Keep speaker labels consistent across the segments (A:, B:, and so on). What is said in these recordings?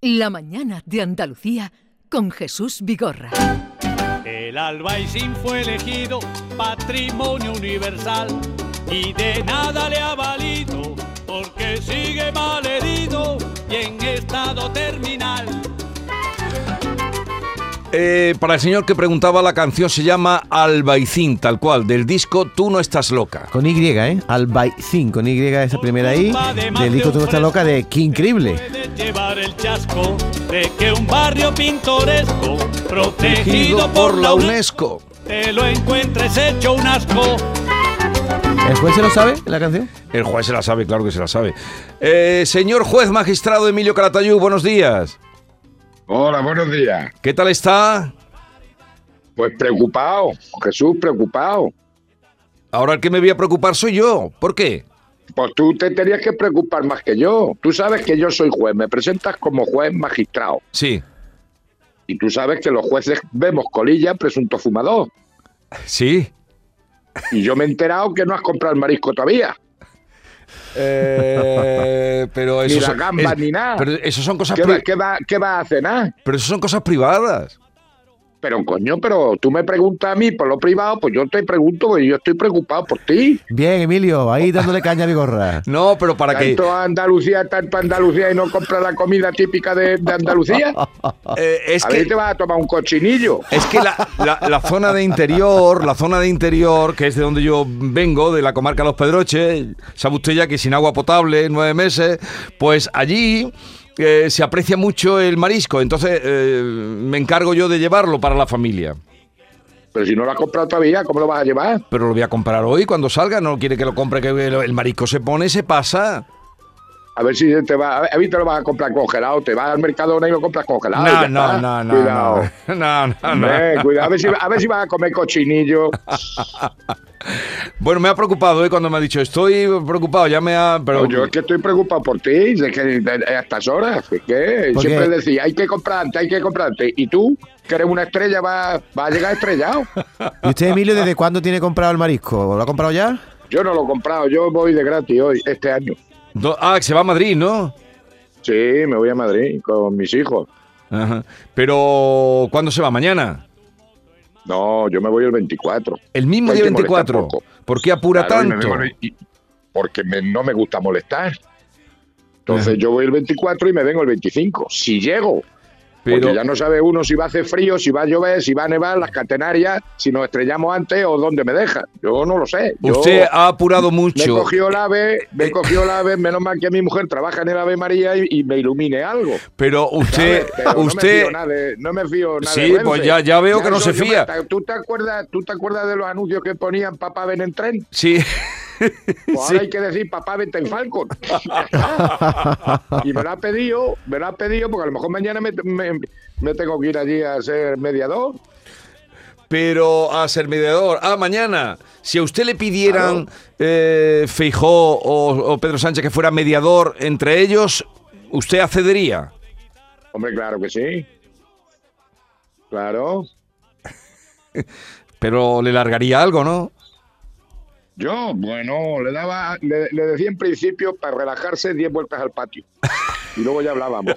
A: La mañana de Andalucía con Jesús Vigorra.
B: El Albaicín fue elegido patrimonio universal y de nada le ha valido porque sigue malherido y en estado terminal.
C: Eh, para el señor que preguntaba, la canción se llama Albaicín, tal cual, del disco Tú no estás loca.
D: Con Y, ¿eh? Albaicín, con Y esa primera I. Del disco Tú no estás loca de Qué increíble.
B: Puede llevar el chasco de que un barrio pintoresco protegido por la UNESCO te lo encuentres hecho un asco.
D: ¿El juez se lo sabe la canción?
C: El juez se la sabe, claro que se la sabe. Eh, señor juez magistrado Emilio Caratayú, buenos días.
E: Hola, buenos días.
C: ¿Qué tal está?
E: Pues preocupado, Jesús, preocupado.
C: Ahora el que me voy a preocupar soy yo. ¿Por qué?
E: Pues tú te tenías que preocupar más que yo. Tú sabes que yo soy juez, me presentas como juez magistrado.
C: Sí,
E: Y tú sabes que los jueces vemos colilla, presunto fumador.
C: sí.
E: Y yo me he enterado que no has comprado el marisco todavía.
C: Eh, pero
E: eso Ni la son- gamba, es- ni nada.
C: Pero eso son cosas
E: ¿Qué, va-
C: pri-
E: qué va, qué vas a cenar?
C: pero eso son cosas privadas.
E: Pero coño, pero tú me preguntas a mí por lo privado, pues yo te pregunto porque yo estoy preocupado por ti.
D: Bien, Emilio, ahí dándole caña a Vigorra.
C: No, pero para que
E: Tanto a Andalucía, tanto a Andalucía y no compras la comida típica de, de Andalucía.
C: eh, es
E: a
C: que
E: ver, te vas a tomar un cochinillo.
C: Es que la, la- la zona de interior, la zona de interior, que es de donde yo vengo, de la comarca Los Pedroches, sabe usted ya que sin agua potable, nueve meses, pues allí eh, se aprecia mucho el marisco. Entonces eh, me encargo yo de llevarlo para la familia.
E: Pero si no lo has comprado todavía, ¿cómo lo vas a llevar?
C: Pero lo voy a comprar hoy cuando salga, no quiere que lo compre, que el el marisco se pone, se pasa.
E: A ver si te va. A ver, a mí te lo vas a comprar congelado. Te vas al Mercadona y lo compras congelado. y
C: No,
E: ya
C: no,
E: está.
C: no, no,
E: Cuidado.
C: no. No, no, no.
E: Hombre, cuidado. A ver, si, a ver si vas a comer cochinillo.
C: Bueno, me ha preocupado ¿eh? cuando me ha dicho, estoy preocupado, ya me ha... Pero,
E: No, yo es que estoy preocupado por ti. Es que de- a estas horas. Es que
D: ¿Por
E: siempre
D: qué?
E: decía, hay que comprar antes, hay que comprar antes. Y tú, que eres una estrella, vas va a llegar estrellado.
D: ¿Y usted, Emilio, desde cuándo tiene comprado el marisco? ¿Lo ha comprado ya?
E: Yo no lo he comprado. Yo voy de gratis hoy, este año.
C: Do- Ah, que se va a Madrid, ¿no?
E: Sí, me voy a Madrid con mis hijos.
C: Ajá. Pero, ¿cuándo se va? ¿Mañana?
E: No, yo me voy el Pues 24.
C: El mismo
E: Hay
C: día
E: que molestar
C: 24.
E: poco.
C: ¿Por qué apura
E: Claro, y me
C: tanto?
E: vengo el- y- porque me- no me gusta molestar. Entonces yo voy el 24 y me vengo el 25. Si llego,
C: Pero,
E: porque ya no sabe uno si va a hacer frío, si va a llover, si va a nevar, las catenarias, si nos estrellamos antes o dónde me deja. Yo no lo sé. Yo
C: usted ha Eh. apurado
E: me
C: mucho.
E: cogió el ave, me cogió el ave, menos mal que mi mujer trabaja en el Ave María y, y me ilumine algo.
C: Pero usted,
E: ¿sabes? Pero
C: usted,
E: no me fío nada de, no me fío nada de
C: Sí,
E: Renfe.
C: pues ya- ya veo que no
E: eso
C: se
E: yo me-
C: fía.
E: ¿tú, te acuerdas, ¿Tú te acuerdas de los anuncios que ponían papá ven en tren?
C: sí,
E: Pues
C: Sí.
E: ahora hay que decir, papá, vete en Falcon. y me lo ha pedido, me lo ha pedido, porque a lo mejor mañana me, me- me tengo que ir allí a ser mediador.
C: pero a ser mediador. Ah, mañana. Si a usted le pidieran eh, Feijó o, o Pedro Sánchez que fuera mediador entre ellos, ¿usted accedería?
E: Hombre, claro que sí. Claro.
C: Pero le largaría algo, ¿no?
E: Yo, bueno, le daba, le, le decía en principio para relajarse 10 vueltas al patio. Y luego ya hablábamos.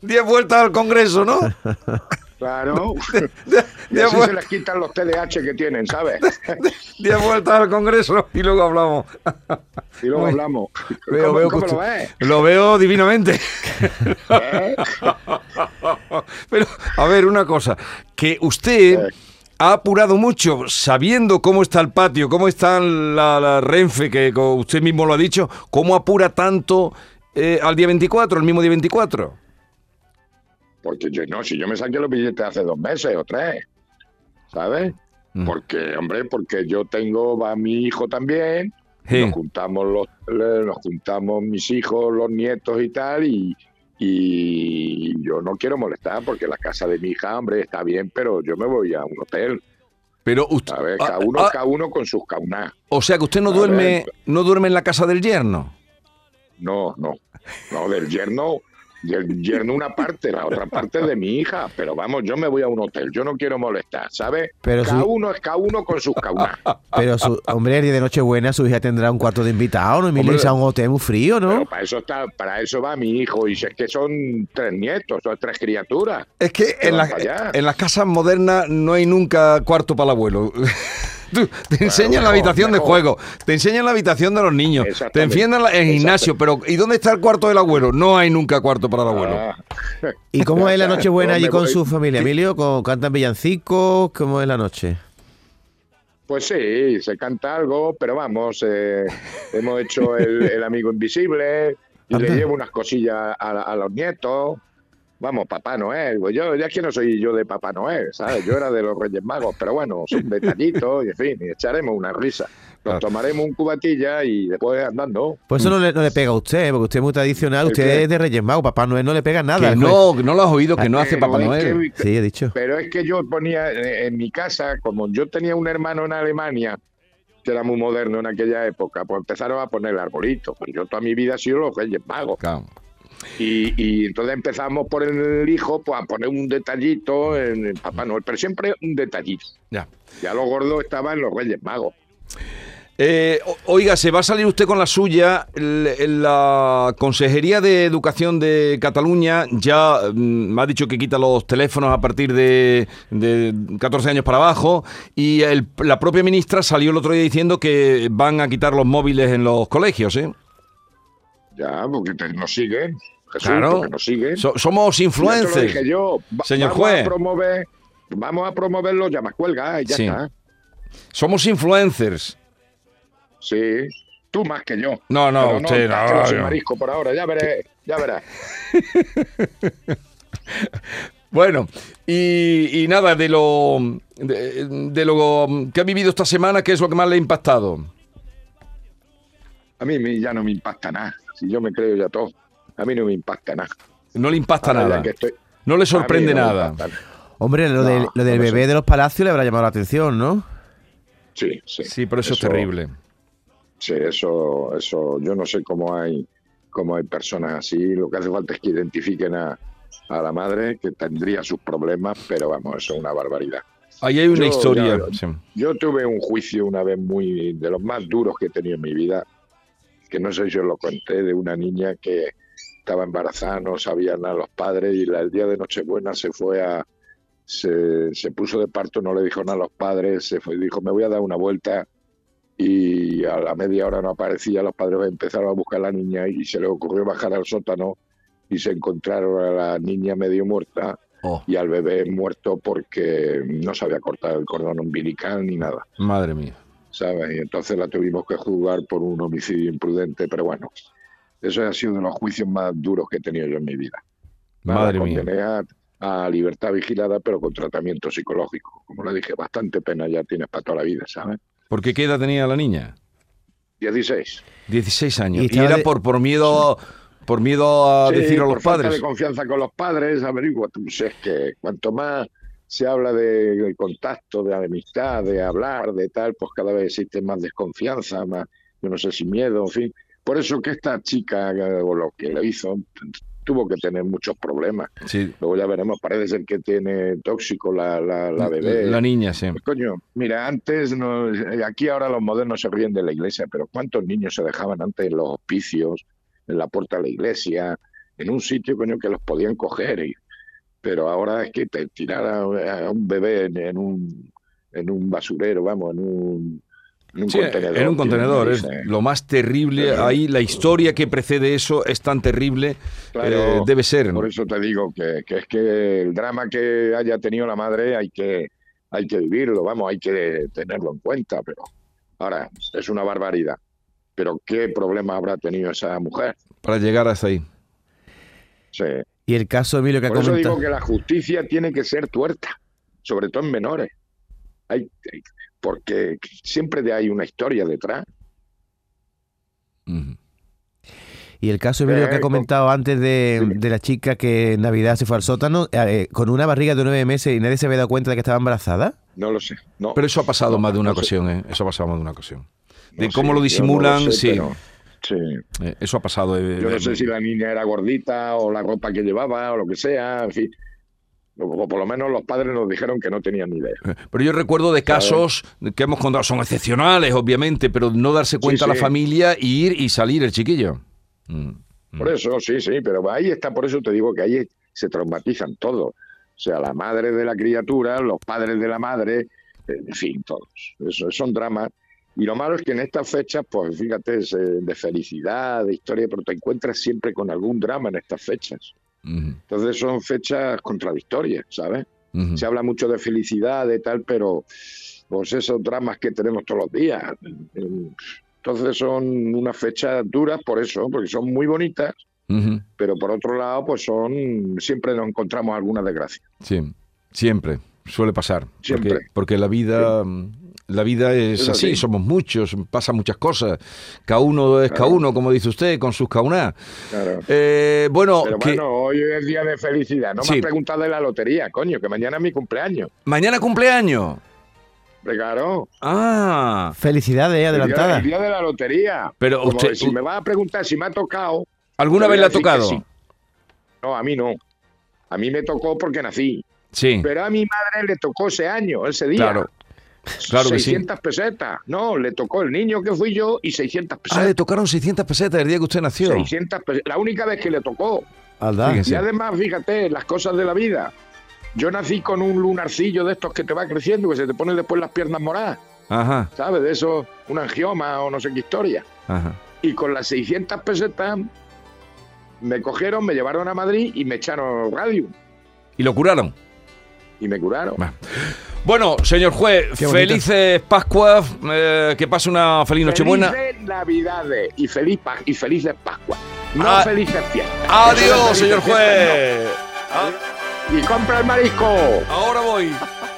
C: Diez vueltas al Congreso, ¿no?
E: Claro. Y
C: Diez
E: así
C: vueltas.
E: se les quitan los TDAH que tienen, ¿sabes?
C: 10 vueltas al Congreso y luego hablamos.
E: Y luego
C: Muy-
E: hablamos.
C: Veo,
E: ¿Cómo,
C: veo que
E: cómo lo
C: usted-
E: ves?
C: lo veo divinamente.
E: ¿Eh?
C: Pero, a ver, una cosa, que usted
E: Sí.
C: ha apurado mucho, sabiendo cómo está el patio, cómo está la, la Renfe, que co- usted mismo lo ha dicho, cómo apura tanto eh, al día 24, el mismo día 24.
E: Porque yo no, si yo me saqué los billetes hace dos meses o tres, ¿sabes?
C: Mm.
E: Porque, hombre, porque yo tengo, va mi hijo también,
C: Sí.
E: nos juntamos los, le- nos juntamos mis hijos, los nietos y tal, y, y yo no quiero molestar porque la casa de mi hija, hombre, está bien, pero yo me voy a un hotel,
C: Pero usted,
E: ¿sabes?
C: ah,
E: Cada uno,
C: ah,
E: cada uno con sus caunas.
C: o sea que usted no
E: a
C: duerme,
E: ver.
C: no duerme en la casa del yerno.
E: No, no, no, del yerno, Y el yerno una parte, la otra parte es de mi hija. Pero vamos, yo me voy a un hotel, yo no quiero molestar, ¿sabes?
D: Pero
E: cada
D: su-
E: uno es cada uno con sus
C: Ah,
E: caunas.
D: Pero, su, hombre, el día de Nochebuena su hija tendrá un cuarto de invitado, ¿no? Emilia
C: Hombre.
D: irse a un hotel muy frío,
E: Pero
D: ¿no?
E: para eso está, para eso va mi hijo. Y si es que son tres nietos, son tres criaturas.
C: Es que
E: Te
C: en, las-
E: vas para allá.
C: en las casas modernas no hay nunca cuarto para el abuelo. Tú- te enseñan la
E: mejor,
C: habitación de
E: mejor.
C: juego, te enseñan la habitación de los niños, te
E: Exactamente.
C: enfiendan la- en el gimnasio, pero ¿y dónde está el cuarto del abuelo? No hay nunca cuarto para el abuelo.
E: Ah,
D: ¿Y cómo es la Nochebuena
E: No,
D: allí
E: me
D: con
E: voy.
D: su familia, Emilio? ¿Con, ¿Cantan villancicos? ¿Cómo es la noche?
E: Pues sí, se canta algo, pero vamos, eh, hemos hecho el, el amigo invisible, y le
D: Anda.
E: llevo unas cosillas a, a los nietos. Vamos, Papá Noel, pues yo ya es que no soy yo de Papá Noel, ¿sabes? Yo era de los Reyes Magos, pero bueno, son detallitos y en fin, y echaremos una risa.
C: Claro.
E: Nos tomaremos un cubatilla y después andando.
D: Pues eso no le, no le pega a usted, ¿eh? porque usted es muy tradicional,
E: ¿El
D: usted
E: qué?
D: es de Reyes Magos, Papá Noel no le pega
E: Ah,
D: nada.
C: que
D: el
C: no, que no lo has oído, que no hace
E: Pero
C: Papá
E: Eh, es Ah, que-
C: Noel.
D: juez- Sí, he dicho.
E: Pero es que yo ponía eh, en mi casa, como yo tenía un hermano en Alemania, que era muy moderno en aquella época, pues empezaron a poner arbolitos. Pues yo toda mi vida he sido los Reyes Magos.
C: Claro.
E: Y, y entonces empezamos por el hijo pues, a poner un detallito en el Papá Noel, pero siempre un detallito.
C: Ya.
E: Ya lo gordo estaba en los Reyes Magos.
C: Eh, o- oiga, se va a salir usted con la suya. El- el- la Consejería de Educación de Cataluña ya mm, me ha dicho que quita los teléfonos a partir de, de 14 años para abajo. Y el- la propia ministra salió el otro día diciendo que van a quitar los móviles en los colegios. ¿eh?
E: Ya, porque te- nos siguen. Jesús,
C: Claro.
E: porque nos siguen.
C: So- somos
E: Ya te lo
C: influencers.
E: dije yo. Va-
C: señor
E: vamos
C: juez.
E: A promover, vamos a promover los llamacuelgas y ya
C: Sí.
E: está.
C: Somos influencers.
E: Sí. Tú más que yo.
C: No, no,
E: Pero
C: usted no,
E: yo soy
C: no.
E: marisco por ahora, ya veré, ya verás.
C: Bueno, y, y nada, de lo, de, de lo que ha vivido esta semana, ¿qué es lo que más le ha impactado?
E: A mí me- ya no me impacta nada. Si yo me creo ya todo. A mí no me impacta nada.
C: No le impacta
E: Ahora ya
C: nada.
E: que estoy-
C: No le
E: a mí
C: sorprende
E: no me
C: nada.
E: impacta nada.
D: Hombre, lo,
E: No,
D: del, lo del
E: no me
D: bebé
E: sé.
D: de los palacios le habrá llamado la atención, ¿no?
E: Sí, sí.
C: Sí, pero eso, es terrible.
E: Sí, eso, eso, yo no sé cómo hay, cómo hay personas así. Lo que hace falta es que identifiquen a, a la madre, que tendría sus problemas, pero vamos, eso es una barbaridad.
C: Ahí hay una
E: Yo,
C: historia.
E: ya,
C: sí.
E: Yo tuve un juicio una vez muy de los más duros que he tenido en mi vida, que no sé si os lo conté, de una niña que estaba embarazada, no sabía nada los padres y la- el día de Nochebuena se fue a se, se puso de parto, no le dijo nada a los padres, se fue, dijo me voy a dar una vuelta y a la media hora no aparecía, los padres empezaron a buscar a la niña y se le ocurrió bajar al sótano y se encontraron a la niña medio muerta
C: Oh,
E: y al bebé muerto porque no se había cortado el cordón umbilical ni nada.
C: madre mía.
E: ¿sabes? Y entonces la tuvimos que juzgar por un homicidio imprudente, pero bueno, eso ha sido de los juicios más duros que he tenido yo en mi vida. La
C: Madre mía.
E: condené a- a, libertad vigilada, pero con tratamiento psicológico. Como le dije, bastante pena ya tienes para toda la vida, ¿sabes?
C: ¿Por qué qué edad tenía la niña?
E: 16.
C: 16 años.
D: Y
C: Y,
D: estaba
C: era
D: de-
C: por, por miedo por miedo a
E: Sí,
C: decirlo a
E: por
C: los
E: falta
C: padres.
E: de confianza con los padres, averigua tú. Si es que cuanto más se habla de, del contacto, de amistad, de hablar, de tal, pues cada vez existe más desconfianza, más, yo no sé si miedo, en fin. Por eso que esta chica, eh, o lo que le hizo, tuvo que tener muchos problemas.
C: Sí,
E: Luego ya veremos, parece ser que tiene tóxico la, la, la
C: la,
E: bebé.
C: niña, sí.
E: Pues, Coño, mira, antes, no, eh, aquí ahora los modernos se ríen de la iglesia, pero ¿cuántos niños se dejaban antes en los hospicios, en la puerta de la iglesia, en un sitio, coño, que los podían coger? y- pero ahora es que te tirar a, a un bebé en, en un, en un basurero, vamos, en un, en un
C: Sí,
E: contenedor.
C: era un contenedor. eh.
E: tío,
C: Es
E: me dice.
C: lo más terrible.
E: Claro.
C: Ahí la historia que precede eso es tan terrible.
E: Claro.
C: eh, debe ser. ¿no?
E: Por eso te digo que, que es que el drama que haya tenido la madre hay que, hay que vivirlo, vamos, hay que tenerlo en cuenta, pero ahora es una barbaridad. Pero qué problema habrá tenido esa mujer.
C: Para llegar hasta ahí.
E: Sí.
D: Y el caso, Emilio, que ha
E: Por eso
D: comentado.
E: digo que la justicia tiene que ser tuerta, sobre todo en menores. Hay, hay- porque siempre hay una historia detrás.
C: Ujú.
D: Y el caso Emilio que ha
E: Eh,
D: comentado antes de,
E: dime.
D: de la chica que en Navidad se fue al sótano eh, con una barriga de nueve meses y nadie se había dado cuenta de que estaba embarazada.
E: No lo sé. No,
C: Pero eso ha pasado
E: No,
C: más de una
E: no sé.
C: ocasión, ¿eh? Eso ha pasado más de una ocasión.
E: no
C: de cómo
E: sé,
C: lo
E: yo no
C: disimulan,
E: sé,
C: sí.
E: pero Sí.
C: Eh, Eso ha pasado. eh,
E: Yo no
C: eh,
E: sé si la niña era gordita o la ropa que llevaba o lo que sea, en fin. O o por lo menos los padres nos dijeron que no tenían ni idea.
C: Pero yo recuerdo de casos que hemos contado, son excepcionales, obviamente, pero no darse cuenta
E: Sí,
C: la
E: sí.
C: familia y ir y salir el chiquillo. Mm.
E: Por eso, sí, sí, pero ahí está, por eso te digo que ahí se traumatizan todos. O sea, la madre de la criatura, los padres de la madre, eh, en fin, todos. Eso, son dramas. Y lo malo es que en estas fechas, pues fíjate, es, eh, de felicidad, de historia, pero te encuentras siempre con algún drama en estas fechas.
C: Ujú,
E: Entonces son fechas contradictorias, ¿sabes?
C: ujú.
E: Se habla mucho de felicidad, de tal, pero pues esos dramas que tenemos todos los días. eh, Entonces son unas fechas duras por eso, porque son muy bonitas,
C: Ujú,
E: pero por otro lado, pues son siempre nos encontramos alguna desgracia.
C: Sí, siempre, suele pasar.
E: Siempre.
C: Porque, porque la vida... La vida es,
E: Es
C: así,
E: así.
C: somos muchos, pasan muchas cosas. Cada uno es cada
E: Claro.
C: uno, como dice usted, con sus caunas.
E: Claro.
C: Eh, bueno,
E: Pero
C: que
E: bueno, hoy es día de felicidad. No
C: Sí.
E: me has preguntado de la lotería, coño, que mañana es mi cumpleaños.
C: mañana cumpleaños.
E: Hombre, Claro,
C: Ah,
D: Felicidades, eh,
E: el día,
D: adelantada.
E: el día de la lotería.
C: Pero
E: Como
C: usted-
E: si me vas a preguntar si me ha tocado,
C: ¿alguna
E: Te voy
C: vez
E: a
C: le ha
E: decir que
C: tocado?
E: sí. no, a mí no. A mí me tocó porque nací.
C: Sí,
E: Pero a mi madre le tocó ese año, ese día.
C: claro. claro que sí.
E: 600 pesetas. No, le tocó el niño que fui yo y 600
C: Ah, le
E: pesetas.
C: tocaron 600 pesetas el día que usted nació.
E: 600 pesetas. La única vez que le tocó.
D: Aldá.
C: Fíjese. Sí.
E: Y además, fíjate, las cosas de la vida. Yo nací con un lunarcillo de estos que te va creciendo, que se te ponen después las piernas moradas,
C: Ajá,
E: ¿sabes? De eso, un angioma o no sé qué historia.
C: ajá.
E: Y con las 600 pesetas me cogieron, me llevaron a Madrid y me echaron radio.
C: Y lo curaron.
E: Y me curaron.
C: Bueno. Bueno, señor juez,
D: Qué bonito.
C: felices Pascuas, eh, que pase una feliz Nochebuena.
E: Felices Navidades y, feliz Pas- y felices Pascuas. No
C: Ah.
E: felices fiestas. Eso de
C: Adiós,
E: felices
C: señor
E: fiestas,
C: juez.
E: no. Y compra el marisco.
C: Ahora voy.